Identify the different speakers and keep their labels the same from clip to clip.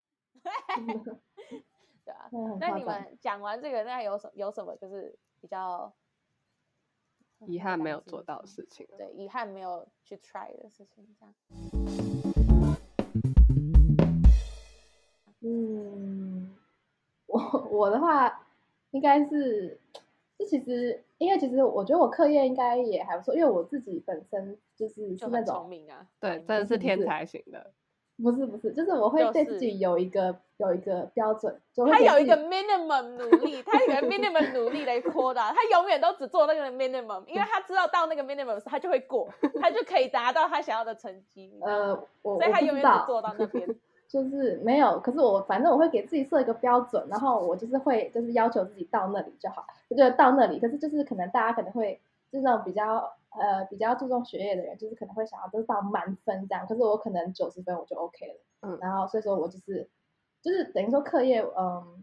Speaker 1: 对啊。
Speaker 2: 那很夸
Speaker 1: 那你
Speaker 2: 张
Speaker 1: 们讲完这个，那有什有什么就是比较
Speaker 2: 嗯
Speaker 3: 遗憾没有
Speaker 1: 担心
Speaker 3: 做
Speaker 1: 的
Speaker 3: 到的
Speaker 1: 事
Speaker 3: 事情啊。
Speaker 1: 对遗憾没有去 try 的事情？这样
Speaker 2: 嗯，我 我的话应该是，这其实因为其实我觉得我课业应该也还不错，因为我自己本身就是是
Speaker 1: 就
Speaker 2: 那
Speaker 1: 很聪
Speaker 2: 种
Speaker 1: 明啊，
Speaker 3: 对，
Speaker 1: 你
Speaker 3: 真的
Speaker 1: 们
Speaker 3: 是天
Speaker 2: 是
Speaker 3: 才型 的，
Speaker 2: 不是不是，就是我会
Speaker 1: 就
Speaker 2: 对自
Speaker 1: 是
Speaker 2: 己有一个有一个标准，就会
Speaker 1: 他
Speaker 2: 给
Speaker 1: 有
Speaker 2: 自
Speaker 1: 一
Speaker 2: 己
Speaker 1: 个 minimum 努力，他有一个 minimum 努力的 quota，他永远都只做那个 minimum，因为他知道到那个 minimum 时他就会过，他就可以达到他想要的成绩。你知道吗
Speaker 2: 呃，我
Speaker 1: 所以
Speaker 2: 我
Speaker 1: 他
Speaker 2: 不
Speaker 1: 永
Speaker 2: 知
Speaker 1: 远
Speaker 2: 道
Speaker 1: 只做到那边。
Speaker 2: 就是没有，可是我反正我会给自己设一个标准，然后我就是会就是要求自己到那里就好，我觉得到那里。可是就是可能大家可能会就是那种比较呃比较注重学业的人，就是可能会想要就是到满分这样，可是我可能九十分我就 OK 了，
Speaker 3: 嗯
Speaker 2: 然后所以说我就是就是等于说课业嗯，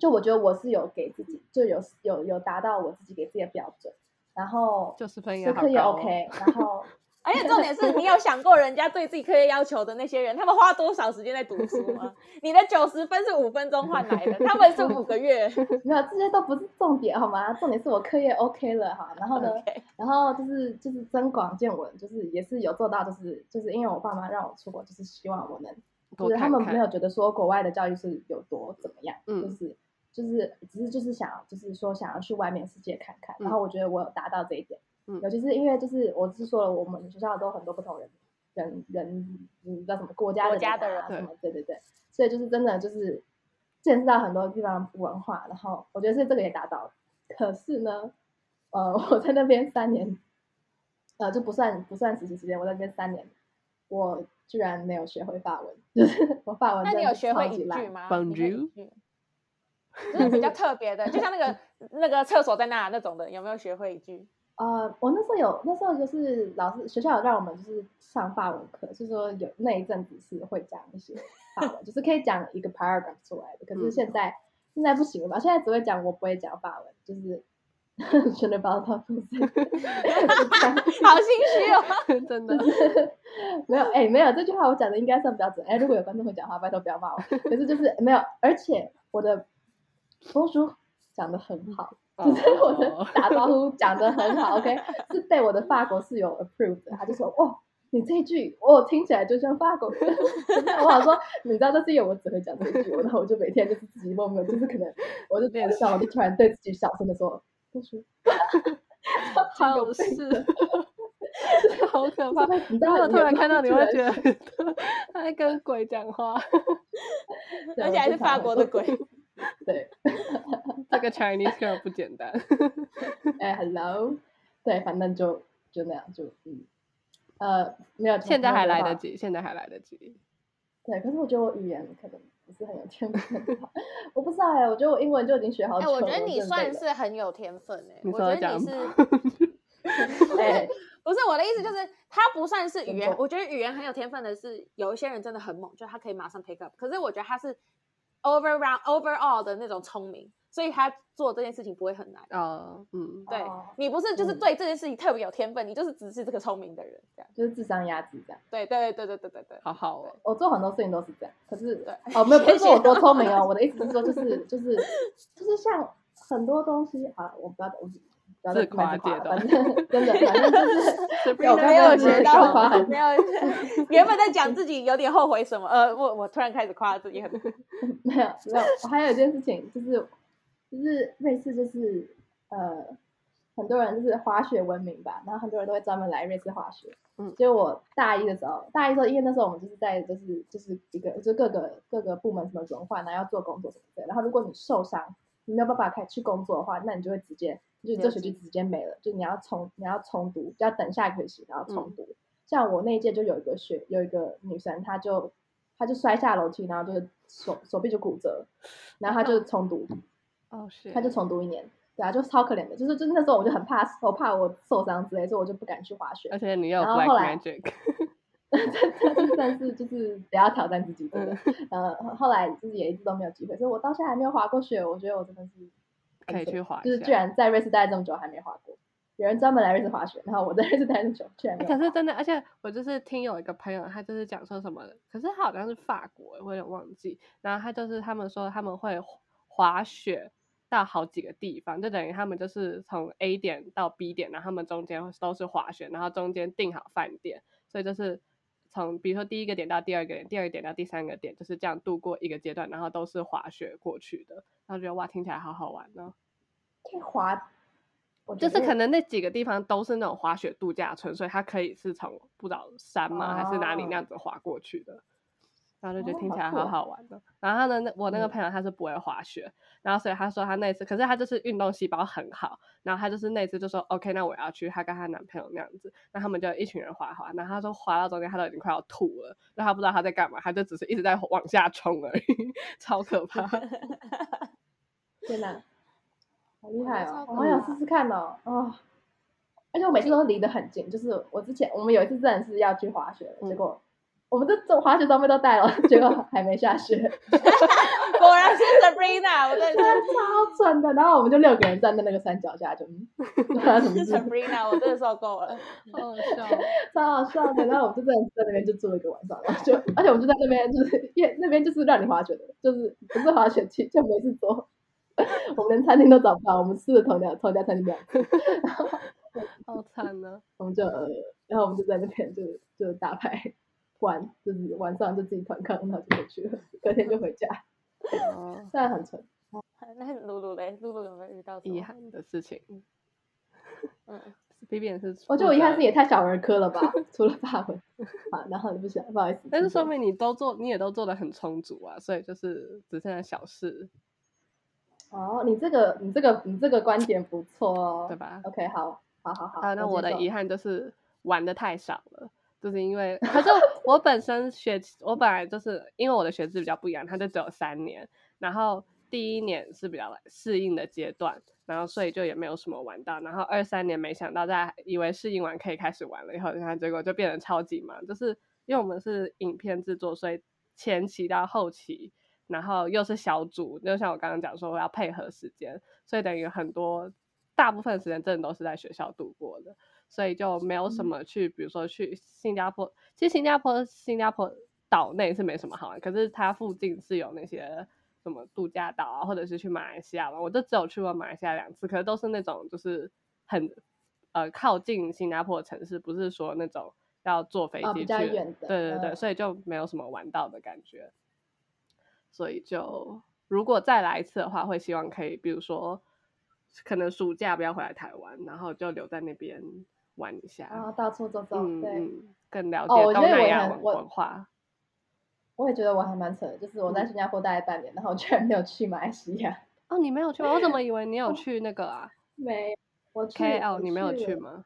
Speaker 2: 就我觉得我是有给自己就有有有达到我自己给自己的标准，然后
Speaker 3: 九十分也
Speaker 2: 是
Speaker 3: 好
Speaker 2: 课业
Speaker 3: 高哦
Speaker 2: OK，然后。
Speaker 1: 而且重点是你有想过人家对自己课业要求的那些人，他们花多少时间在读书吗？你的九十分是五分钟换来的，他们是五 个月。
Speaker 2: 没有，这些都不是重点好吗？重点是我课业 OK 了哈，然后
Speaker 3: 嗯
Speaker 2: 呢
Speaker 1: OK，
Speaker 2: 然后就是就是增广见闻，就是也是有做到，就是就是因为我爸妈让我出国，就是希望我能，
Speaker 3: 多
Speaker 2: 就是他
Speaker 3: 看
Speaker 2: 们
Speaker 3: 看
Speaker 2: 没有觉得说国外的教育是有多怎么样，
Speaker 3: 嗯
Speaker 2: 就是就是只是就是想要就是说想要去外面世界看看，
Speaker 3: 嗯
Speaker 2: 然后我觉得我有达到这一点，
Speaker 3: 嗯
Speaker 2: 尤其是因为就是我是说了，我们学校都很多不同人人人嗯叫什么国家
Speaker 1: 国
Speaker 2: 的
Speaker 1: 家的
Speaker 2: 人啊
Speaker 3: 人
Speaker 2: 什么，对对对，所以就是真的就是见识到很多地方文化，然后我觉得是这个也达到了。可是呢，呃，我在那边三年，呃，就不算不算实习时间，我在那边三年，我居然没有学会法文， 就是我法文
Speaker 1: 那
Speaker 2: 真
Speaker 1: 你
Speaker 2: 的
Speaker 1: 有
Speaker 2: 是
Speaker 1: 学会
Speaker 2: 超级
Speaker 1: 一句
Speaker 2: 烂
Speaker 1: 吗？
Speaker 3: Bonjour
Speaker 1: 你会一句就是比较特别的，就像那个那个厕所在那那种的，有没有学会一句？
Speaker 2: 呃，我那时候有，那时候就是老师学校有让我们就是上法文课，就是说有那一阵子是会讲一些法文，就是可以讲一个 paragraph 出来的。可是
Speaker 3: 嗯
Speaker 2: 现在、现在不行了吧？现在只会讲我不会讲法文，就是 全都包到肚子，
Speaker 1: 好心虚哦。
Speaker 3: 真的
Speaker 2: 没有，哎、没有这句话我讲的应该算比较准。哎、如果有观众会讲话，拜托不要骂我。可是就是没有，而且我的风叔讲的很好，就是 我的
Speaker 3: 哦
Speaker 2: 打招呼讲的很好，OK，是 被我的法国室友 approve 的，他就说哦。你这一句，我、听起来就像法国 歌。我想说，你知道，这是因为我只会讲这一句，然后我就每天就是自己默默，就是可能我就
Speaker 3: 练
Speaker 2: 在笑，我就突然对自己小声的说：“不叔，
Speaker 3: 好有事，好可怕。
Speaker 2: 你知
Speaker 3: 然
Speaker 2: 道，
Speaker 3: 后突然看到你会觉
Speaker 2: 得，
Speaker 3: 得 他在跟鬼讲话，
Speaker 2: 对
Speaker 1: 而且还是法国的鬼。
Speaker 2: 对，
Speaker 3: 这个 Chinese girl 不 简单。
Speaker 2: 哎，hello，对，反正就就那样，就嗯，呃，没有，
Speaker 3: 现在还来得
Speaker 2: 得及。
Speaker 3: 及，现在还来得及。
Speaker 2: 对，可是我觉得我语言可能不是很有天分吧， 我不知道哎、我觉得我英文就已经 学好
Speaker 1: 哎、
Speaker 2: 久了。
Speaker 1: 我觉得你
Speaker 2: 真的累
Speaker 1: 算
Speaker 2: 了
Speaker 1: 是很有天分 哎、
Speaker 3: 你
Speaker 1: 我
Speaker 3: 说
Speaker 1: 觉得
Speaker 3: 讲
Speaker 1: 你
Speaker 3: 吧
Speaker 1: 是
Speaker 2: 哎，
Speaker 1: 不是我的意思，就是他不算是语言
Speaker 2: 真。的
Speaker 1: 我觉得语言很有天分的是，有一些人真的很猛，就他可以马上 pick up。可是我觉得他是 over round overall 的那种聪明，所以他做这件事情不会很难。
Speaker 3: 哦，嗯，
Speaker 1: 对、
Speaker 2: 哦
Speaker 1: 你不是就是
Speaker 2: 嗯
Speaker 1: 对这件事情特别有天分，你就是只是这个聪明的人这样。
Speaker 2: 就是智商压制这样。
Speaker 1: 对对对对对对对
Speaker 3: 好好哦。
Speaker 2: 我做很多事情都是这样，可是
Speaker 1: 对
Speaker 2: 哦，没有，不是
Speaker 1: 谢谢
Speaker 2: 说我多聪明哦，我的意思是说，就是 就是就是像很多东西啊，我不要我不要再
Speaker 3: 自夸
Speaker 2: 慢慢
Speaker 3: 阶
Speaker 2: 反
Speaker 3: 段
Speaker 2: 正 真的，反正就是
Speaker 1: 对，
Speaker 2: 我刚
Speaker 3: Sabrina
Speaker 1: 没有
Speaker 2: 刚
Speaker 1: 学
Speaker 2: 是
Speaker 1: 到
Speaker 2: 说法
Speaker 1: 我，
Speaker 2: 很
Speaker 1: 没 有。原本在讲自己有点后悔什么，呃，我我突然开始夸自己很
Speaker 2: 没有没有，我还有一件事情就是，就是瑞士就是呃，很多人就是滑雪闻名吧，然后很多人都会专门来瑞士滑雪。
Speaker 3: 嗯
Speaker 2: 就我大一的时候，大一的时候因为那时候我们就是在就是就是一个就各个各个部门什么轮换，然后要做工作什么的。然后如果你受伤，你没有办法开去工作的话，那你就会直接就
Speaker 1: 了
Speaker 2: 这学
Speaker 1: 解
Speaker 2: 期直接没了，就你要重你要重读，就要等下一个学期然后重
Speaker 3: 嗯
Speaker 2: 读。像我那一届就有一个学有一个女生，她就她就摔下楼梯，然后就是手手臂就骨折，然后她就重读，
Speaker 3: 哦，是，
Speaker 2: 她就重读一年，对啊，就超可怜的，就是就是那时候我就很怕，我怕我受伤之类，所以我就不敢去滑雪
Speaker 3: 而，且你又有
Speaker 2: 然后后
Speaker 3: Black
Speaker 2: 来
Speaker 3: Magic，
Speaker 2: 但是就是不要挑战自己，真的，
Speaker 3: 嗯
Speaker 2: 呃，后来就是也一直都没有机会，所以我到现在还没有滑过雪，我觉得我真的是很
Speaker 3: 可以
Speaker 2: 可
Speaker 3: 去滑一
Speaker 2: 就是居
Speaker 3: 下
Speaker 2: 然在瑞士待这么久还没滑过，有人专门来瑞士滑雪，然后我在瑞士待那久，居然没
Speaker 3: 哎
Speaker 2: 有
Speaker 3: 可是
Speaker 2: 滑
Speaker 3: 真的，而且我就是听有一个朋友，他就是讲说什么，可是他好像是法国，我有点忘记。然后他就是他们说他们会滑滑雪到好几个地方，就等于他们就是从 A 点到 B 点，然后他们中间都是滑雪，然后中间订好饭店，所以就是从比如说第一个点到第二个点，第二个点到第三个点，就是这样度过一个阶段，然后都是滑雪过去的。然后觉得哇，听起来好好玩哦。
Speaker 2: 可以滑，我觉
Speaker 3: 就是
Speaker 2: 得
Speaker 3: 可能那几个地方都是那种滑雪度假村，所以它可以是从不知道山嘛、还是哪里那样子滑过去的。然后就觉得
Speaker 2: 哦
Speaker 3: 听
Speaker 2: 好
Speaker 3: 起来
Speaker 2: 酷
Speaker 3: 好
Speaker 2: 哦
Speaker 3: 好玩的。然后他呢，那我那个
Speaker 2: 嗯
Speaker 3: 朋友他是不会滑雪，然后所以他说他那次，可是他就是运动细胞很好，然后他就是那次就说 OK，那我要去，她跟她男朋友那样子，那他们就一群人滑滑，然后他说滑到中间他都已经快要吐了，然后他不知道他在干嘛，他就只是一直在往下冲而已， 超可怕。
Speaker 2: 天哪，好厉害
Speaker 3: 超
Speaker 2: 哦！
Speaker 3: 可
Speaker 2: 我好想
Speaker 3: 怕
Speaker 2: 试试看哦，哦。而且我每次都离得很近，就是我之前我们有一次真的是要去滑雪了，结
Speaker 3: 嗯
Speaker 2: 果我们这种滑雪装备都带了，结果还没下雪，
Speaker 1: 果然是 Sabrina，我真的是
Speaker 2: 超准的。然后我们就六个人站在那个山脚下，就嗯 不知道怎么
Speaker 1: 是
Speaker 2: 治，
Speaker 1: Sabrina，我真的受够了。
Speaker 3: 好笑。
Speaker 2: 超好笑的。然后我们就真的在那边就住了一个晚上，然后就而且我们就在那边就是因为那边就是让你滑雪的，就是不是滑雪区就没事做， 我们连餐厅都找不到，我们吃的同一家同一家餐厅两次。
Speaker 3: 好惨哦呢、
Speaker 2: 我们就呃，然后我们就在那边就就打牌玩，就是晚上就自己团康，然后就回去了，隔天就回家，
Speaker 3: 哦，
Speaker 2: 虽然很蠢。
Speaker 1: 那露露嘞，露露有没有遇到什么
Speaker 3: 遗？憾的事情。
Speaker 1: 嗯，
Speaker 3: B B 是，
Speaker 2: 我觉得我遗憾是也，太小儿科了吧，除了法文啊，然后不想不好意思，
Speaker 3: 但是说
Speaker 2: 请
Speaker 3: 明你都做，你也都做的很充足啊，所以就是只剩下小事，
Speaker 2: 说哦，你这个你这个你这个观点不错哦，
Speaker 3: 对吧？
Speaker 2: ？OK，好，好好好，
Speaker 3: 啊，那
Speaker 2: 我
Speaker 3: 我
Speaker 2: 接
Speaker 3: 的
Speaker 2: 受
Speaker 3: 遗憾就是玩的太少了，就是因 为可是我本身学，我本来就是因为我的学制比较不一样，它就只有三年，然后第一年是比较适应的阶段，然后所以就也没有什么玩到，然后二三年没想到在以为适应完可以开始玩了以后，然后结果就变成超级忙，就是因为我们是影片制作，所以前期到后期。然后又是小组，就像我刚刚讲说，我要配合时间，所以等于很多大部分时间真的都是在学校度过的，所以就没有什
Speaker 2: 嗯
Speaker 3: 么去，比如说去新加坡，其实新加坡新加坡岛内是没什么好玩，可是它附近是有那些什么度假岛啊，或者是去马来西亚玩，我就只有去过马来西亚两次，可是都是那种就是很呃靠近新加坡的城市，不是说那种要坐飞
Speaker 2: 哦比
Speaker 3: 机去
Speaker 2: 较
Speaker 3: 的，
Speaker 2: 远的
Speaker 3: 对对对，
Speaker 2: 嗯
Speaker 3: 所以就没有什么玩到的感觉。所以就如果再来一次的话，会希望可以，比如说可能暑假不要回来台湾，然后就留在那边玩一下，
Speaker 2: 然后到处走走，
Speaker 3: 嗯
Speaker 2: 哦对。
Speaker 3: 嗯，更了
Speaker 2: 哦
Speaker 3: 解
Speaker 2: 我觉得
Speaker 3: 东
Speaker 2: 我
Speaker 3: 南
Speaker 2: 也
Speaker 3: 亚
Speaker 2: 很
Speaker 3: 文
Speaker 2: 我
Speaker 3: 文化。
Speaker 2: 我也觉得我还蛮扯的，就是我在
Speaker 3: 嗯
Speaker 2: 新加坡待了半年，然后居然没有去马来西亚，
Speaker 3: 哦，你没有去吗？我怎么以为你有去那个啊
Speaker 2: 没，哦我去
Speaker 3: ？KL
Speaker 2: 我
Speaker 3: 你没有去
Speaker 2: 了
Speaker 3: 吗？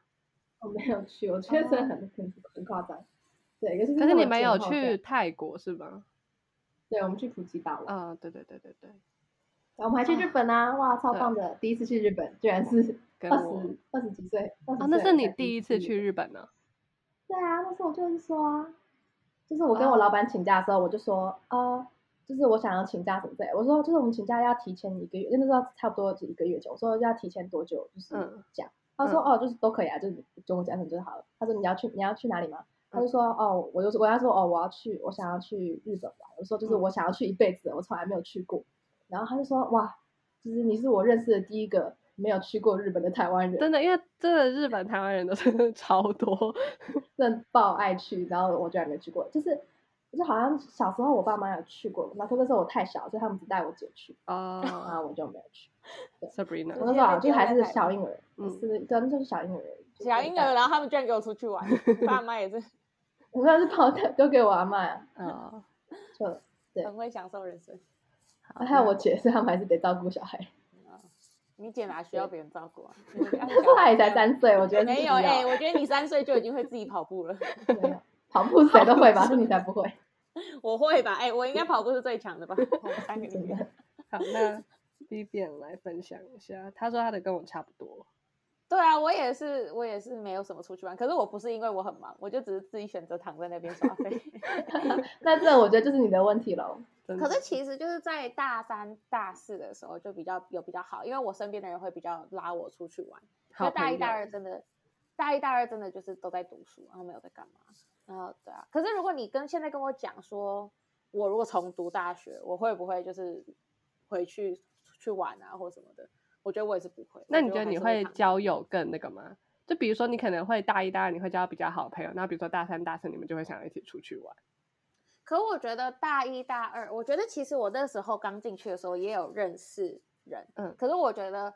Speaker 2: 我没有去，我觉得真的
Speaker 3: 哦
Speaker 2: 很很很夸张。对，尤其是
Speaker 3: 可
Speaker 2: 那
Speaker 3: 是你
Speaker 2: 么
Speaker 3: 没
Speaker 2: 近
Speaker 3: 有
Speaker 2: 后这样
Speaker 3: 去。泰国是吗？
Speaker 2: 对，我们去普吉岛玩，
Speaker 3: 啊、对对对对对，
Speaker 2: 然后我们还去日本啊，哇，超
Speaker 3: 哦对
Speaker 2: 棒的！第一次去日本，居然是
Speaker 3: 跟
Speaker 2: 二
Speaker 3: 我
Speaker 2: 十二十几岁，二十
Speaker 3: 啊，哦那
Speaker 2: 岁
Speaker 3: 是你
Speaker 2: 才
Speaker 3: 第一次去？日本呢、
Speaker 2: 对啊，那时候我就是说啊，就是我跟
Speaker 3: 哦
Speaker 2: 我老板请假的时候，我就说呃，就是我想要请假什么之类的，我说就是我们请假要提前一个月，因为那时候差不多就一个月前，我说要提前多久，就是
Speaker 3: 嗯
Speaker 2: 讲。他说哦，就是都可以啊，就是你跟我讲什么就好了。他说你要去你要去哪里吗？他
Speaker 3: 嗯
Speaker 2: 就说哦，我就说我要说哦，我要去，我想要去日本玩。我说就是
Speaker 3: 嗯
Speaker 2: 我想要去一辈子，我从来没有去过。然后他就说哇，就是你是我认识的第一个没有去过日本的台湾人，
Speaker 3: 真的，因为真的日本、台湾人都真的 超多，
Speaker 2: 正爆爱去，然后我居然没去过，就是就好像小时候我爸妈有去过，然后那时候我太小，所以他们只带我姐去，然
Speaker 3: 哦
Speaker 2: 后我就没有去。
Speaker 3: ，Sabrina，
Speaker 2: 我那时候好像就还是小婴儿，
Speaker 3: 嗯
Speaker 2: 是对，那就是小婴儿而已，就
Speaker 1: 小
Speaker 2: 是
Speaker 1: 婴
Speaker 2: 带
Speaker 1: 儿，，然后他们居然给我出去玩，爸妈也是
Speaker 2: 我那是跑带丢给我阿妈呀，
Speaker 3: 哦，
Speaker 2: 就对
Speaker 1: 很会享受人生。
Speaker 3: 好
Speaker 2: 还有
Speaker 3: 那
Speaker 2: 我姐，所以他们还是得照顾小孩。
Speaker 1: 你姐哪需要别人照顾啊？你 那个爱
Speaker 2: 但是她也才
Speaker 1: 小孩
Speaker 2: 三岁，我觉得是
Speaker 1: 没
Speaker 2: 需
Speaker 1: 有哎、
Speaker 2: 要
Speaker 1: 我觉得你三岁就已经会自己跑步了，
Speaker 2: 没有跑步谁都会吧，是你才不 会，
Speaker 1: 我会吧？哎、我应该跑步是最强的吧？我们三个里
Speaker 2: 真
Speaker 1: 面
Speaker 2: 的。
Speaker 3: 好， 那 B B 来分享一下，他说他的跟我差不多，
Speaker 1: 对啊，我也是，我也是没有什么出去玩，可是我不是因为我很忙，我就只是自己选择躺在那边耍废。
Speaker 2: 那这我觉得就是你的问题喽。
Speaker 3: 真
Speaker 1: 可
Speaker 3: 的
Speaker 1: 是其实就是在大三、大四的时候就比较有比较好，因为我身边的人会比较拉我出去玩，因
Speaker 3: 好
Speaker 1: 为大
Speaker 3: 朋
Speaker 1: 一大
Speaker 3: 友
Speaker 1: 二真的，大一大二真的就是都在读书，然后没有在干嘛。然后对啊，可是如果你跟现在跟我讲说，我如果重读大学，我会不会就是回去去玩啊或什么的？我觉得我也是不会。
Speaker 3: 那
Speaker 1: 我
Speaker 3: 你觉
Speaker 1: 觉
Speaker 3: 得
Speaker 1: 我还
Speaker 3: 你
Speaker 1: 是
Speaker 3: 会
Speaker 1: 躺
Speaker 3: 交友更那个吗？就比如说，你可能会大一、大二你会交到比较好的朋友，那比如说大三、大四你们就会想要一起出去玩。
Speaker 1: 可我觉得大一大二，我觉得其实我那时候刚进去的时候也有认识人，
Speaker 3: 嗯
Speaker 1: 可是我觉得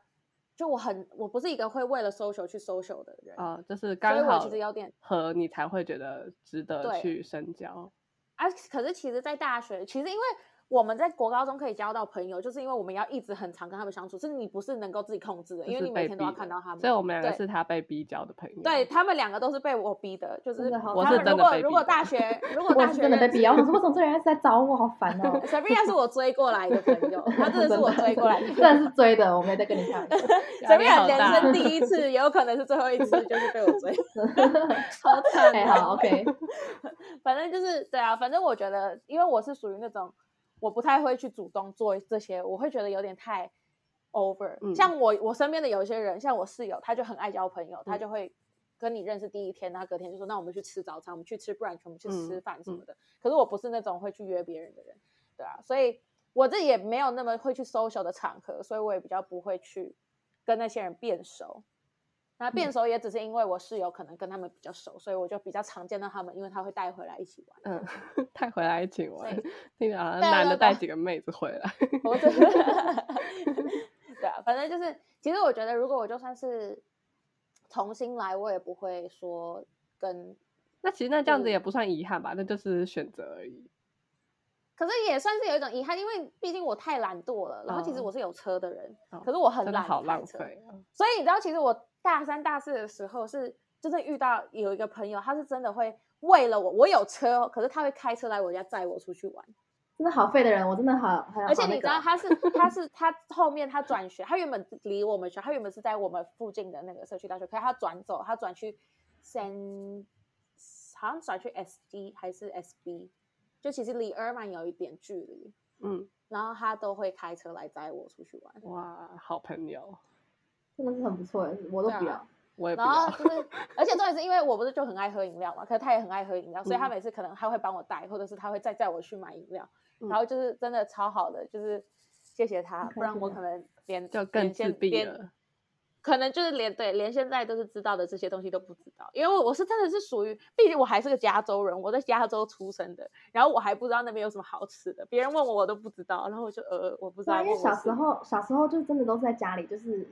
Speaker 1: 就我很我不是一个会为了 social 去 social 的人，
Speaker 3: 哦，就是
Speaker 1: 所以
Speaker 3: 刚
Speaker 1: 我
Speaker 3: 好
Speaker 1: 其实有点
Speaker 3: 和你才会觉得值得
Speaker 1: 对
Speaker 3: 去深交。
Speaker 1: 啊，可是其实，在大学，其实因为我们在国高中可以交到朋友，就是因为我们要一直很常跟他们相处，是你不是能够自己控制的，
Speaker 3: 就
Speaker 1: 因为
Speaker 3: 是
Speaker 1: 你每
Speaker 3: 被
Speaker 1: 天都要
Speaker 3: 逼
Speaker 1: 看
Speaker 3: 的
Speaker 1: 到他们。
Speaker 3: 所以我们两个
Speaker 1: 对
Speaker 3: 是他被逼交的朋友。
Speaker 1: 对他们两个都是被我逼的，就是
Speaker 2: 真的好
Speaker 3: 我
Speaker 1: 他
Speaker 3: 是
Speaker 1: 们
Speaker 3: 真
Speaker 1: 如
Speaker 3: 的
Speaker 1: 果
Speaker 3: 被
Speaker 1: 如
Speaker 3: 逼
Speaker 1: 果
Speaker 3: 的
Speaker 1: 大学如果
Speaker 2: 我
Speaker 1: 大
Speaker 2: 是
Speaker 1: 学
Speaker 2: 真的被
Speaker 1: 认识！
Speaker 2: 逼啊！我说为什么这个人一直在找我，好烦哦
Speaker 1: Sabrina 是我追过来的朋友，他真的是我追过来的 朋
Speaker 2: 真
Speaker 1: 友。
Speaker 2: 的是追的，我没在跟你开玩笑。
Speaker 3: 压力
Speaker 1: Sabrina
Speaker 3: 好大
Speaker 1: 人生第一 次，也有可能是最后一次，就是被我追。 好惨
Speaker 2: 哎，
Speaker 1: 哦
Speaker 2: 好，OK，
Speaker 1: 反正就是对啊，反正我觉得，因为我是属于那种我不太会去主动做这些，我会觉得有点太 over。
Speaker 3: 嗯
Speaker 1: 像我我身边的有一些人，像我室友，他就很爱交朋友，他
Speaker 3: 嗯
Speaker 1: 就会跟你认识第一天，然后隔天就说那我们去吃早餐，我们去吃 brunch，我们去吃
Speaker 3: 嗯
Speaker 1: 饭什么的。可是我不是那种会去约别人的人，对啊，所以我这也没有那么会去 social 的场合，所以我也比较不会去跟那些人变熟。那
Speaker 3: 嗯
Speaker 1: 变熟也只是因为我室友可能跟他们比较熟，所以我就比较常见到他们，因为他会带回来一起玩。
Speaker 3: 嗯，带回来一起玩
Speaker 1: 对，
Speaker 3: 听着好像
Speaker 1: 对啊
Speaker 3: 男的
Speaker 1: 对啊
Speaker 3: 带几个妹子回来。
Speaker 1: 我觉得， 对啊，反正就是，其实我觉得，如果我就算是重新来，我也不会说跟，
Speaker 3: 那其实那这样子
Speaker 1: 嗯
Speaker 3: 也不算遗憾吧，那就是选择而已。
Speaker 1: 可是也算是有一种遗憾，因为毕竟我太懒惰了。然后其实
Speaker 3: 哦
Speaker 1: 我是有车的人，
Speaker 3: 哦
Speaker 1: 可是我很
Speaker 3: 真的
Speaker 1: 懒，
Speaker 3: 好浪费。啊！
Speaker 1: 所以你知道，其实我大三、大四的时候是真的遇到有一个朋友，他是真的会为了我，我有车哦，可是他会开车来我家载我出去玩。
Speaker 2: 真的好废的人，我真的好，
Speaker 3: 啊
Speaker 2: 好
Speaker 1: 而且
Speaker 2: 好那
Speaker 1: 你知道
Speaker 3: 哦
Speaker 2: 个
Speaker 1: 他是 他是他后面他转学，他原本离我们学校，他原本是在我们附近的那个社区大学，可是他转走，他转去三，好像转去 SD 还是 SB，就其实离 i r m a n 有一点距离，
Speaker 3: 嗯，
Speaker 1: 然后他都会开车来载我出去 玩。
Speaker 3: 哇，好朋友，
Speaker 2: 真的是很不错，我都不
Speaker 1: 对
Speaker 2: 要
Speaker 1: 啊。
Speaker 3: 我也不
Speaker 1: 然
Speaker 3: 要
Speaker 1: 后。就是，而且重点是因为我不是就很爱喝饮料嘛，可是他也很爱喝饮料，所以他
Speaker 3: 嗯
Speaker 1: 每次可能他会帮我带，或者是他会再载我去买饮料，
Speaker 3: 嗯
Speaker 1: 然后就是真的超好的，就是谢谢他，不然我可能连
Speaker 3: 就
Speaker 1: 连
Speaker 3: 更自
Speaker 1: 现
Speaker 3: 闭
Speaker 1: 连
Speaker 3: 了。
Speaker 1: 可能就是连对连现在都是知道的这些东西都不知道，因为我是真的是属于，毕竟我还是个加州人，我在加州出生的，然后我还不知道那边有什么好吃的，别人问我我都不知道，然后我就呃我不知
Speaker 2: 对
Speaker 1: 道。
Speaker 2: 啊，因为
Speaker 1: 问我
Speaker 2: 小
Speaker 1: 是
Speaker 2: 时候小时候就真的都是在家里，就是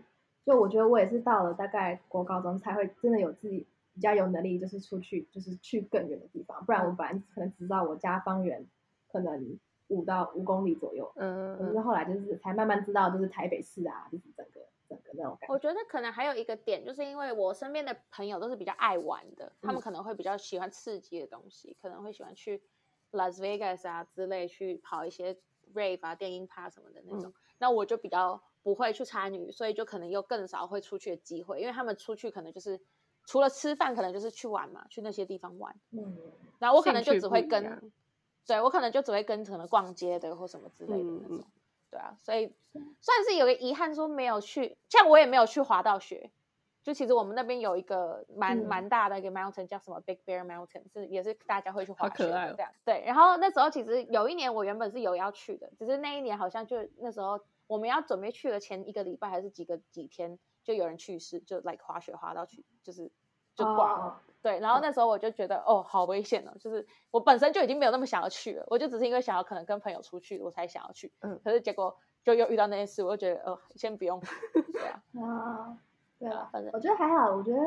Speaker 2: 就我觉得我也是到了大概国高中才会真的有自己比较有能力，就是出去就是去更远的地方，不然
Speaker 1: 嗯
Speaker 2: 我本来可能只知道我家方圆可能五到五公里左右，
Speaker 3: 嗯
Speaker 2: 可是
Speaker 3: 嗯，
Speaker 2: 后来就是才慢慢知道就是台北市啊，就是整个整个那种感觉。
Speaker 1: 我觉得可能还有一个点，就是因为我身边的朋友都是比较爱玩的，他
Speaker 2: 嗯
Speaker 1: 们可能会比较喜欢刺激的东西，可能会喜欢去 Las Vegas 啊之类去跑一些 rave 啊、电音趴什么的那
Speaker 2: 嗯
Speaker 1: 种。那我就比较不会去参与，所以就可能又更少会出去的机会，因为他们出去可能就是除了吃饭，可能就是去玩嘛，去那些地方玩。
Speaker 2: 嗯，
Speaker 1: 然后我可
Speaker 3: 兴
Speaker 1: 能就
Speaker 3: 趣
Speaker 1: 只
Speaker 3: 不
Speaker 1: 会
Speaker 3: 一样
Speaker 1: 跟，对我可能就只会跟可能逛街的或什么之类的
Speaker 3: 嗯
Speaker 1: 那
Speaker 3: 嗯
Speaker 1: 种，对啊，所以算是有个遗憾，说没有去，像我也没有去滑到雪。就其实我们那边有一个蛮
Speaker 2: 嗯
Speaker 1: 蛮大的一个 mountain 叫什么 Big Bear Mountain，是也是大家会去
Speaker 3: 好
Speaker 1: 滑
Speaker 3: 可
Speaker 1: 雪
Speaker 3: 爱哦
Speaker 1: 的这样。对，然后那时候其实有一年我原本是有要去的，只是那一年好像就那时候我们要准备去的前一个礼拜还是几个几天，就有人去世，就 like 滑雪滑到去就是就挂了。
Speaker 2: 哦
Speaker 1: 对，然后那时候我就觉得，哦，好危险哦！就是我本身就已经没有那么想要去了，我就只是因为想要可能跟朋友出去，我才想要去。
Speaker 3: 嗯
Speaker 1: 可是结果就又遇到那件事，我就觉得，哦，先 不用。对啊，
Speaker 2: 啊，对
Speaker 1: 啊
Speaker 2: 了，
Speaker 1: 反正
Speaker 2: 我觉得还好，我觉得。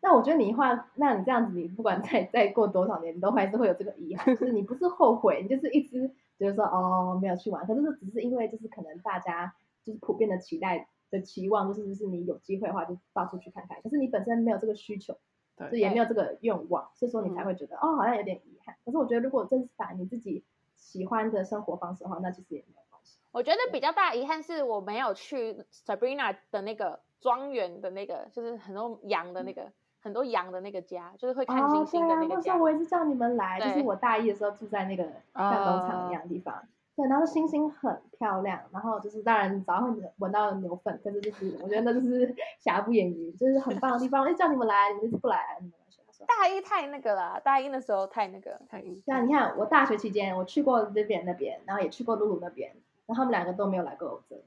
Speaker 2: 那我觉得你换，那你这样子，你不管再再过多少年，你都还是会有这个遗憾，就是你不是后悔，你就是一直觉得说哦没有去玩，可是这只是因为就是可能大家就是普遍的期待的期望，就是就是你有机会的话就到处去看看，可是你本身没有这个需求，
Speaker 3: 对
Speaker 2: 就也
Speaker 1: 对
Speaker 2: 没有这个愿望，所以说你才
Speaker 3: 嗯
Speaker 2: 会觉得、哦好像有点遗憾。可是我觉得如果这是反你自己喜欢的生活方式的话，那其实也没有关系。
Speaker 1: 我觉得比较大的遗憾是我没有去 Sabrina 的那个庄园的那个，就是很多羊的那个，很多羊的那个家，就是会看星星的
Speaker 2: 嗯哦、对
Speaker 1: 那
Speaker 2: 啊，
Speaker 1: 个
Speaker 2: 那时
Speaker 1: 家。
Speaker 2: 候我也是叫你们来，就是
Speaker 1: 对
Speaker 2: 我大一的时候住在那个办工厂
Speaker 3: 哦
Speaker 2: 一样的地方，对，然后星星很漂亮，然后就是当然早上会闻到牛粪，但是就是我觉得那就是 瑕不掩瑜，就是很棒的地方。哎，叫你们来，你们就是不来，你们来学。他说，
Speaker 1: 大一太那个了，啊大一的时候太那个，
Speaker 3: 太硬
Speaker 2: 对啊，你看我大学期间我去过 Vivian 那边，然后也去过露露那边，然后他们两个都没有来过我这里。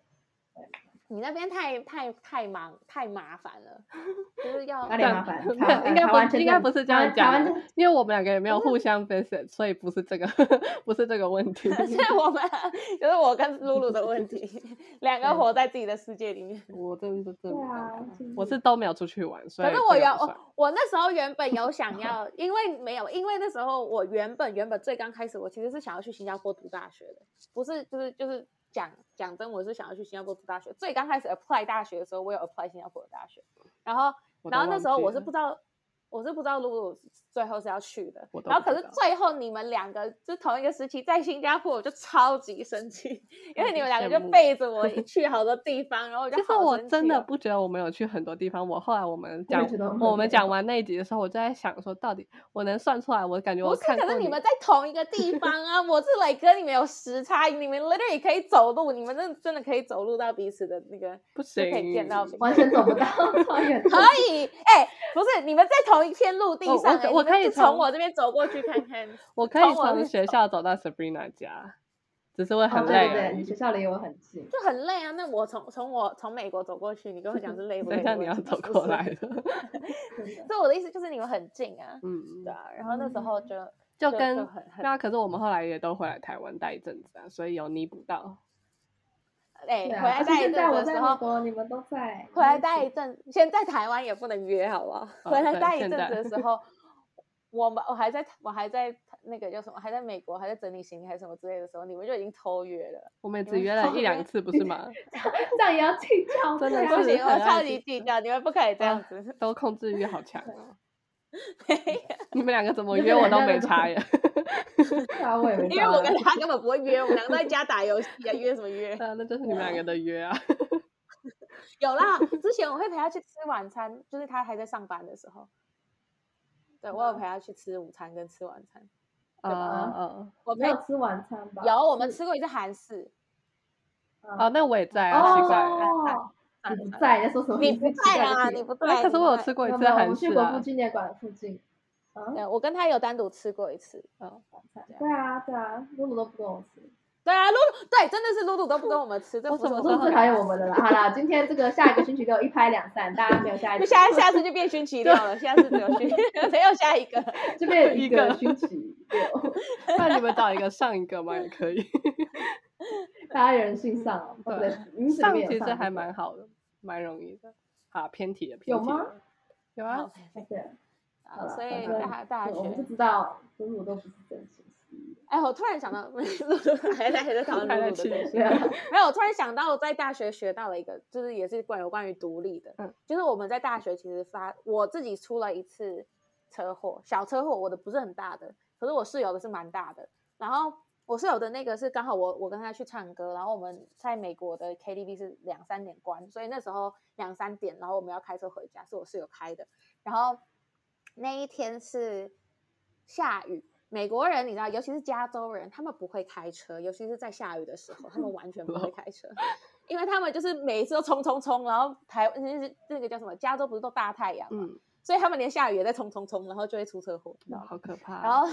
Speaker 1: 你那边太太太忙太麻烦 了，就是要
Speaker 2: 哪里麻烦？
Speaker 3: 没有
Speaker 2: 台湾
Speaker 3: 应该
Speaker 2: 台湾
Speaker 3: 不
Speaker 2: 签
Speaker 3: 应该
Speaker 2: 证
Speaker 3: 不是
Speaker 2: 台
Speaker 3: 这
Speaker 2: 湾
Speaker 3: 样讲
Speaker 2: 台湾
Speaker 3: 的
Speaker 2: 签
Speaker 3: 因为我们两个也没
Speaker 1: 嗯
Speaker 3: 有互相 visit，所以不是这个，不是这个问 题。
Speaker 1: 是我们就是我跟露露的问题，两个活在自己的世界里面。
Speaker 3: 我真的真的
Speaker 2: 对
Speaker 3: 没办
Speaker 2: 啊
Speaker 3: 法，
Speaker 2: 就
Speaker 3: 我是都没有出去玩，所以
Speaker 1: 可是我
Speaker 3: 这个
Speaker 1: 原
Speaker 3: 不算
Speaker 1: 我我那时候原本有想要，因为没有，因为那时候我原本原本最刚开始，我其实是想要去新加坡读大学的，不是就是就是讲讲真，我是想要去新加坡读大学。最刚开始 apply 大学的时候，我有 apply 新加坡的大学，然后
Speaker 3: 我都
Speaker 1: 然后那
Speaker 3: 忘
Speaker 1: 时候
Speaker 3: 记
Speaker 1: 我是
Speaker 3: 了
Speaker 1: 不知道。我是不知道露露最后是要去的
Speaker 3: 我，都
Speaker 1: 然后
Speaker 3: 不
Speaker 1: 可
Speaker 3: 知
Speaker 1: 是
Speaker 3: 道
Speaker 1: 最后你们两个就同一个时期在新加坡，我就超级生气，因
Speaker 3: 有
Speaker 1: 为你们
Speaker 3: 点
Speaker 1: 两个就
Speaker 3: 羡慕
Speaker 1: 背着我去好多地方，然后我就
Speaker 3: 其实
Speaker 1: 好
Speaker 3: 我
Speaker 1: 生
Speaker 3: 真
Speaker 1: 气
Speaker 3: 的
Speaker 1: 哦
Speaker 3: 不觉得我们有去很多地方。我后来我们
Speaker 2: 我也
Speaker 3: 讲
Speaker 2: 觉得我们
Speaker 3: 我们
Speaker 2: 没
Speaker 3: 讲
Speaker 2: 有
Speaker 3: 完那一集的时候，我就在想说，到底我能算出来？我感觉我
Speaker 1: 不是，
Speaker 3: 看
Speaker 1: 可
Speaker 3: 过
Speaker 1: 是你们在同一个地方啊！我是磊哥，你们有时差，你们 literally 可以走路，你们真的真的可以走路到彼此的那 个，
Speaker 3: 不
Speaker 1: 就
Speaker 3: 行，
Speaker 1: 可以见到彼此
Speaker 2: 完全走不到， 超远的。
Speaker 1: 可以，哎、不是，你们在同一片陆地
Speaker 3: 哦我
Speaker 1: 上、
Speaker 3: 可
Speaker 1: 哎
Speaker 3: 我
Speaker 1: 你们
Speaker 3: 可以
Speaker 1: 就从
Speaker 3: 从
Speaker 1: 我这边走过去看看。
Speaker 3: 我可
Speaker 1: 从
Speaker 3: 以
Speaker 1: 哦我那
Speaker 3: 从
Speaker 1: 边
Speaker 3: 学校走到 Sabrina 家，只是会
Speaker 2: 哦，
Speaker 3: 很
Speaker 2: 对
Speaker 3: 累
Speaker 2: 对
Speaker 3: 而
Speaker 2: 对，你
Speaker 3: 已。
Speaker 2: 学校离我很近。
Speaker 1: 就很累啊！那我从从我从美国走过去，你跟我讲是 累不
Speaker 3: 等
Speaker 1: 累的
Speaker 3: 一下
Speaker 1: 问
Speaker 3: 你
Speaker 1: 题？
Speaker 3: 要走
Speaker 1: 不
Speaker 3: 过
Speaker 1: 是
Speaker 3: 来。的，
Speaker 2: 真的
Speaker 1: 所以我的意思就是你们很近啊，
Speaker 3: 嗯
Speaker 1: 对，啊。然后那时候就、
Speaker 3: 就
Speaker 1: 就
Speaker 3: 跟
Speaker 1: 很很
Speaker 3: 那可是我们后来也都回来台湾待一阵子啊，所以有弥补到。
Speaker 1: 哎、
Speaker 2: 对
Speaker 1: 回
Speaker 2: 啊
Speaker 1: 来
Speaker 2: 而且
Speaker 1: 待一
Speaker 2: 现在
Speaker 1: 阵
Speaker 2: 我
Speaker 1: 子的
Speaker 2: 在
Speaker 1: 时
Speaker 2: 美
Speaker 1: 候，
Speaker 2: 国，你们都在。
Speaker 1: 回来待一阵，先在台湾也不能约，好不好？
Speaker 3: 哦
Speaker 1: 回来
Speaker 3: 对
Speaker 1: 待一
Speaker 3: 现
Speaker 1: 阵
Speaker 3: 在
Speaker 1: 子的时候， 我们我还在我还在那个叫什么，还在美国，还在整理行李还是什么之类的时候，你们就已经偷约了。
Speaker 3: 我们也只
Speaker 1: 们
Speaker 3: 约
Speaker 1: 嗯
Speaker 3: 了
Speaker 1: 好
Speaker 3: 一两
Speaker 1: 约
Speaker 3: 次，不是吗？
Speaker 2: 这样也要计较，
Speaker 3: 真的
Speaker 2: 对啊
Speaker 1: 不
Speaker 3: 是
Speaker 1: 行，我
Speaker 3: 很
Speaker 1: 超
Speaker 3: 爱
Speaker 1: 级
Speaker 3: 计
Speaker 1: 计较，你们不可以这样
Speaker 3: 啊
Speaker 1: 子。
Speaker 3: 都控制欲好强哦！
Speaker 1: 没有
Speaker 3: 你们两个怎么
Speaker 2: 就是
Speaker 3: 约我
Speaker 2: 人
Speaker 3: 都
Speaker 2: 家
Speaker 3: 没
Speaker 2: 那种
Speaker 3: 差耶。
Speaker 2: 对啊，我也没
Speaker 1: 因为
Speaker 2: 办
Speaker 1: 我
Speaker 2: 法
Speaker 1: 跟他根本不会约，我们两个都在家打游戏啊，约什么 约？
Speaker 3: 啊，那就是你们两个的约啊。
Speaker 1: 有啦，之前我会陪他去吃晚餐，就是他还在上班的时候，对
Speaker 3: 嗯
Speaker 1: 我有陪他去吃午餐跟吃晚餐。
Speaker 2: 嗯
Speaker 3: 啊
Speaker 1: 吧
Speaker 3: 啊啊！
Speaker 1: 我
Speaker 2: 没
Speaker 1: 陪
Speaker 2: 有吃晚餐吧？嗯
Speaker 1: 有我们吃过一次韩式， 嗯
Speaker 3: 哦，那我也在
Speaker 1: 哎
Speaker 3: 啊，奇怪了。
Speaker 2: 哦，你不在，你在说什么？
Speaker 1: 你不在啦，你不在。
Speaker 3: 哎可是
Speaker 1: 你不
Speaker 3: 我有
Speaker 1: 在
Speaker 3: 吃过一
Speaker 2: 没有
Speaker 3: 次
Speaker 2: 没有，我
Speaker 3: 韩
Speaker 2: 们
Speaker 3: 式
Speaker 2: 去国父
Speaker 3: 啊，
Speaker 2: 纪念馆附近。啊，
Speaker 1: 对，我跟他有单独吃过一次。嗯
Speaker 3: 哦
Speaker 2: 对啊，对啊，露露都不跟我吃，
Speaker 1: 对啊，露露对，真的是露露都不跟我们吃，这
Speaker 3: 我
Speaker 1: 不是
Speaker 3: 怎
Speaker 1: 我
Speaker 3: 么
Speaker 2: 露
Speaker 3: 都
Speaker 1: 们
Speaker 2: 露
Speaker 3: 很
Speaker 2: 最讨厌我们的了。好啦，今天这个下一个星期六一拍两散，大家没有下一
Speaker 1: 就
Speaker 2: 个，
Speaker 1: 下下次就变星期六了，下次只有 星期没有下一个。
Speaker 2: 这边
Speaker 3: 一
Speaker 2: 一
Speaker 3: 个
Speaker 2: 个星期六，
Speaker 3: 那你们找一个上一个嘛也可 以。
Speaker 2: 大家有人信上哦，
Speaker 3: 对
Speaker 2: 哦不对，你们
Speaker 3: 上
Speaker 2: 里面
Speaker 3: 其
Speaker 2: 有
Speaker 3: 实
Speaker 2: 上
Speaker 3: 还
Speaker 2: 一个
Speaker 3: 蛮好的，蛮容易的。好，偏题了，偏
Speaker 2: 有
Speaker 3: 题了
Speaker 2: 吗？
Speaker 3: 有
Speaker 1: 好
Speaker 3: 啊，
Speaker 2: 对，
Speaker 1: 好
Speaker 2: 啦
Speaker 1: 所以
Speaker 2: 反正
Speaker 1: 大家大家
Speaker 2: 对我们就
Speaker 1: 学，
Speaker 2: 知道露露都不是真心实意
Speaker 1: 哎，我突然想到，露露还在还在讨论
Speaker 3: 还
Speaker 1: 露
Speaker 3: 在
Speaker 1: 露的
Speaker 3: 气
Speaker 1: 东西。
Speaker 2: 对啊，
Speaker 1: 没有，我突然想到，我在大学学到了一个，就是也是关有关于独立的，
Speaker 3: 嗯
Speaker 1: 就是我们在大学其实发我自己出了一次车祸，小车祸，我的不是很大的，可是我室友的是蛮大的。然后我室友的那个是刚好我我跟他去唱歌，然后我们在美国的 KTV 是两三点关，所以那时候两三点，然后我们要开车回家，是我室友开的。然后那一天是下雨，美国人你知道，尤其是加州人，他们不会开车，尤其是在下雨的时候，他们完全不会开车，因为他们就是每一次都冲冲冲，然后台就是那个叫什么，加州不是都大太阳嘛，
Speaker 3: 嗯，
Speaker 1: 所以他们连下雨也在冲冲冲，然后就会出车祸，你知道吗？
Speaker 3: 好可怕啊。
Speaker 1: 然后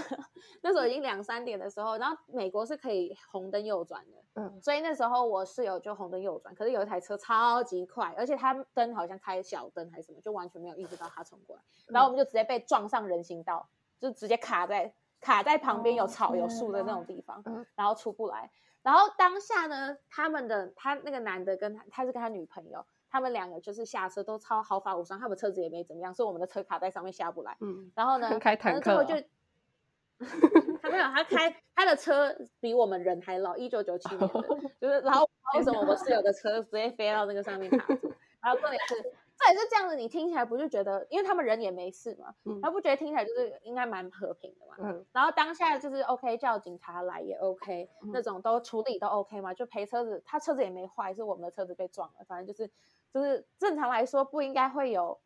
Speaker 1: 那时候已经两三点的时候，然后美国是可以红灯右转的，
Speaker 3: 嗯
Speaker 1: 所以那时候我室友就红灯右转，可是有一台车超级快，而且他灯好像开小灯还是什么，就完全没有意识到他冲过来，然后我们就直接被撞上人行道，就直接卡在卡在旁边有
Speaker 2: 哦
Speaker 1: 草有
Speaker 2: 天
Speaker 1: 树的那
Speaker 2: 哪
Speaker 1: 种地方
Speaker 3: 嗯，
Speaker 1: 然后出不来。然后当下呢，他们的他那个男的跟他他是跟他女朋友，他们两个就是下车都超毫发无伤，他们车子也没怎么样，所以我们的车卡在上面下不来。
Speaker 3: 嗯，
Speaker 1: 然后呢，
Speaker 3: 开坦
Speaker 1: 反正最呃后
Speaker 3: 克啊
Speaker 1: 就。 他没有，他开他的车比我们人还老，一九九七年的，
Speaker 3: 哦
Speaker 1: 就是然后 为什么我室友的车直接飞到那个上面卡住？然后重点是，这也是这样子，你听起来不就觉得，因为他们人也没事嘛，
Speaker 3: 嗯
Speaker 1: 他不觉得听起来就是应该蛮和平的嘛？
Speaker 3: 嗯，
Speaker 1: 然后当下就是 OK 叫警察来也 OK，、那种都处理都 OK 嘛，就赔车子，他车子也没坏，是我们的车子被撞了，反正就是就是正常来说不应该会有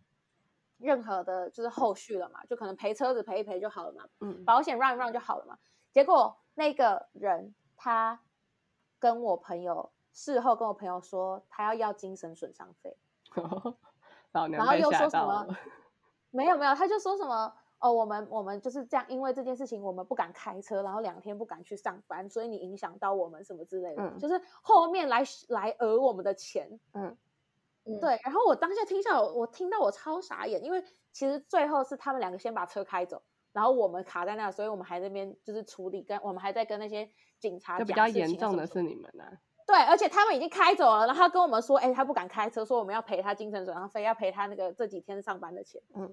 Speaker 1: 任何的就是后续了嘛，就可能赔车子赔一赔就好了嘛，
Speaker 3: 嗯，
Speaker 1: 保险让一让就好了嘛。结果那个人他跟我朋友事后跟我朋友说他要要精神损伤费，
Speaker 3: 老娘
Speaker 1: 然后
Speaker 3: 被
Speaker 1: 又
Speaker 3: 吓
Speaker 1: 说什
Speaker 3: 到
Speaker 1: 么
Speaker 3: 了
Speaker 1: 没有没有，他就说什么哦，我们我们就是这样，因为这件事情我们不敢开车，然后两天不敢去上班，所以你影响到我们什么之类的，
Speaker 3: 嗯
Speaker 1: 就是后面来来讹我们的钱。
Speaker 2: 嗯，
Speaker 1: 对，然后我当下听下来，我我听到我超傻眼，因为其实最后是他们两个先把车开走。然后我们卡在那，所以我们还在那边就是处理跟，我们还在跟那些警察
Speaker 3: 就比
Speaker 1: 讲
Speaker 3: 较
Speaker 1: 事情啊
Speaker 3: 严
Speaker 1: 什
Speaker 3: 重
Speaker 1: 么
Speaker 3: 的
Speaker 1: 什么
Speaker 3: 是你们啊呐、
Speaker 1: 对，而且他们已经开走了，然后他跟我们说，哎、他不敢开车，说我们要赔他精神损伤费，要赔他那个这几天上班的钱，
Speaker 3: 嗯，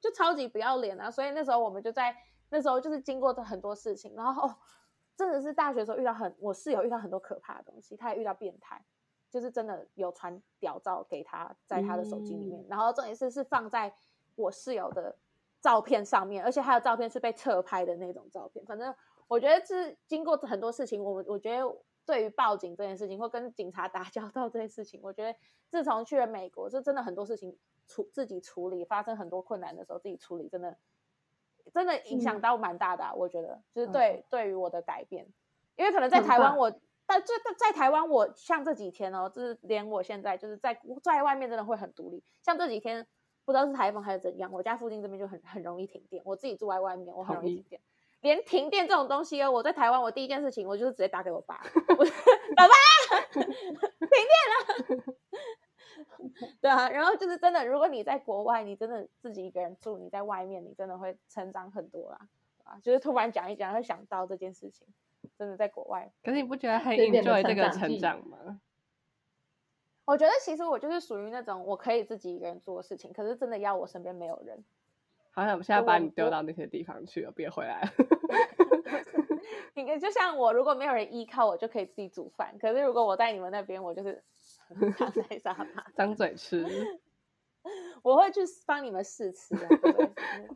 Speaker 1: 就超级不要脸啊！所以那时候我们就在那时候就是经过很多事情，然后、哦、真的是大学的时候遇到很，我室友遇到很多可怕的东西，他也遇到变态，就是真的有传屌照给他在他的手机里面，然后重点是是放在我室友的照片上面，而且他的照片是被侧拍的那种照片，反正我觉得是经过很多事情，我们我觉得对于报警这件事情，或跟警察打交道这件事情，我觉得自从去了美国，就真的很多事情处自己处理，发生很多困难的时候自己处理，真的真的影响
Speaker 2: 嗯
Speaker 1: 到蛮大的啊、我觉得就是
Speaker 3: 嗯
Speaker 1: 对、对于我的改变，因为可能在
Speaker 2: 很
Speaker 1: 台湾
Speaker 2: 棒
Speaker 1: 我。但在在台湾，我像这几天哦，就是连我现在就是在在外面真的会很独立。像这几天不知道是台风还是怎样，我家附近这边就很很容易停电。我自己住在外面，我很
Speaker 3: 同
Speaker 1: 容易
Speaker 3: 意
Speaker 1: 停电。连停电这种东西哦，我在台湾，我第一件事情我就是直接打给我 爸，我爸爸停电 了。对啊，然后就是真的，如果你在国外，你真的自己一个人住，你在外面，你真的会成长很多啦，啊，就是突然讲一讲，会想到这件事情，真的在国外
Speaker 3: 可是你不觉得很
Speaker 2: 蜕变的
Speaker 3: enjoy 这
Speaker 2: 成
Speaker 3: 个
Speaker 2: 长
Speaker 3: 成
Speaker 2: 记
Speaker 3: 长吗？
Speaker 1: 我觉得其实我就是属于那种我可以自己一个人做事情，可是真的要我身边没有人，
Speaker 3: 好想现在
Speaker 1: 我
Speaker 2: 啊
Speaker 3: 把你丢
Speaker 1: 我
Speaker 3: 到那些地方去了，别回来了。
Speaker 1: 你看就像我如果没有人依靠，我就可以自己煮饭。可是如果我在你们那边，我就是 躺在沙发，
Speaker 3: 张嘴吃，
Speaker 1: 我会去帮你们试吃、啊。对不对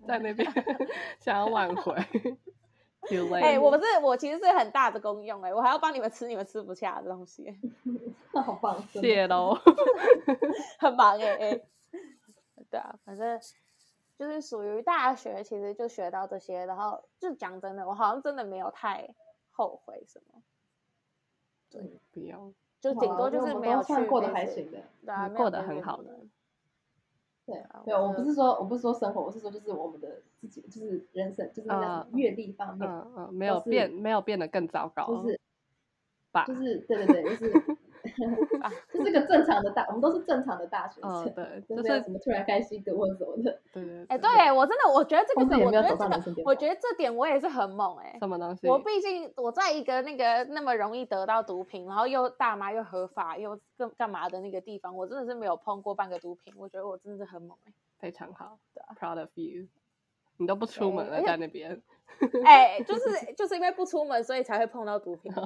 Speaker 3: 在那边想要挽回。too
Speaker 1: 哎、
Speaker 3: late
Speaker 1: 我不是，我其实是很大的功用哎、我还要帮你们吃你们吃不下的东西，
Speaker 2: 那 好哦棒，真的
Speaker 3: 谢喽。
Speaker 1: 很忙哎、哎对啊，反正就是属于大学，其实就学到这些，然后就讲真的，我好像真的没有太后悔什么，
Speaker 3: 不要，
Speaker 1: 就
Speaker 2: 嗯好
Speaker 1: 顶
Speaker 2: 啊
Speaker 1: 多
Speaker 2: 那
Speaker 1: 就
Speaker 2: 我
Speaker 1: 是
Speaker 2: 们
Speaker 1: 没
Speaker 2: 都
Speaker 1: 有去
Speaker 2: 算过得
Speaker 1: 类
Speaker 2: 还
Speaker 1: 似
Speaker 2: 行的。
Speaker 1: 对啊，
Speaker 3: 嗯
Speaker 1: 没有
Speaker 3: 过得
Speaker 1: 跟
Speaker 3: 很
Speaker 1: 别人
Speaker 3: 好
Speaker 1: 比
Speaker 3: 的
Speaker 2: 对
Speaker 1: 啊，
Speaker 2: 没有，
Speaker 1: 我
Speaker 2: 我不
Speaker 1: 觉
Speaker 2: 是说我不是说生活，我是说就是我们的自己，就是人生，就是那
Speaker 1: 呃
Speaker 2: 叫什么
Speaker 3: 嗯
Speaker 2: 阅历方面，
Speaker 3: 嗯嗯，没
Speaker 2: 就
Speaker 3: 有
Speaker 2: 是
Speaker 3: 变，没有变得更糟糕，
Speaker 2: 就是
Speaker 3: 吧？
Speaker 1: 哦
Speaker 2: 就是对对对，就是
Speaker 1: 啊
Speaker 2: 就是个正常的大，我们都是正常的大学
Speaker 1: 呃
Speaker 3: 嗯，
Speaker 2: 生，
Speaker 3: 对，
Speaker 2: 就
Speaker 3: 就是
Speaker 2: 没有什么突然开心的或者什么的，
Speaker 3: 对对
Speaker 1: 哎、对我真的，我觉得这个
Speaker 2: 或是
Speaker 1: 点，
Speaker 2: 也
Speaker 1: 我
Speaker 2: 没有
Speaker 1: 觉得
Speaker 2: 走
Speaker 1: 这
Speaker 2: 到人
Speaker 1: 个，
Speaker 2: 生巅
Speaker 1: 我
Speaker 2: 峰。
Speaker 1: 觉得这点我也是很猛哎、
Speaker 3: 什么东西？
Speaker 1: 我毕竟我在一个那个那么容易得到毒品，然后又大麻又合法又干干嘛的那个地方，我真的是没有碰过半个毒品，我觉得我真的是很猛哎、
Speaker 3: 非常好，proud
Speaker 1: 啊
Speaker 3: of you。你都不出门
Speaker 1: 而
Speaker 3: 了，
Speaker 1: 且
Speaker 3: 在那边，
Speaker 1: 哎、 就是就是因为不出门，所以才会碰到毒品啊，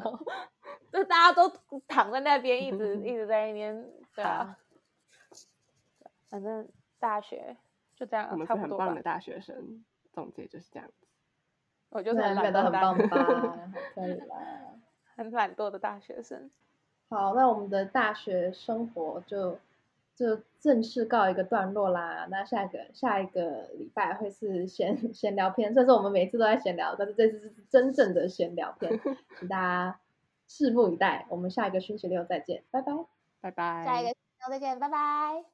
Speaker 1: 就大家都躺在那边，一 直一直在那边，对啊，反正大学就这样
Speaker 3: 我
Speaker 1: 啊，
Speaker 3: 们是
Speaker 1: 差不
Speaker 3: 很
Speaker 1: 多
Speaker 3: 棒
Speaker 1: 吧
Speaker 3: 的。大学生。总结就是这样子，
Speaker 1: 我就是
Speaker 2: 对
Speaker 1: 很
Speaker 2: 啊，你表
Speaker 1: 懒
Speaker 2: 达
Speaker 1: 惰
Speaker 2: 很棒
Speaker 1: 的大，
Speaker 2: 吧？可以啦。
Speaker 1: 很懒惰的大学生。
Speaker 2: 好，那我们的大学生活就就正式告一个段落啦。那下一个下一个礼拜会是闲 闲聊篇，虽然说我们每次都在闲聊，但是这次是真正的闲聊篇，请大家拭目以待。我们下一个星期六再见，拜拜。
Speaker 3: 拜拜。
Speaker 1: 下一个，再见，拜拜。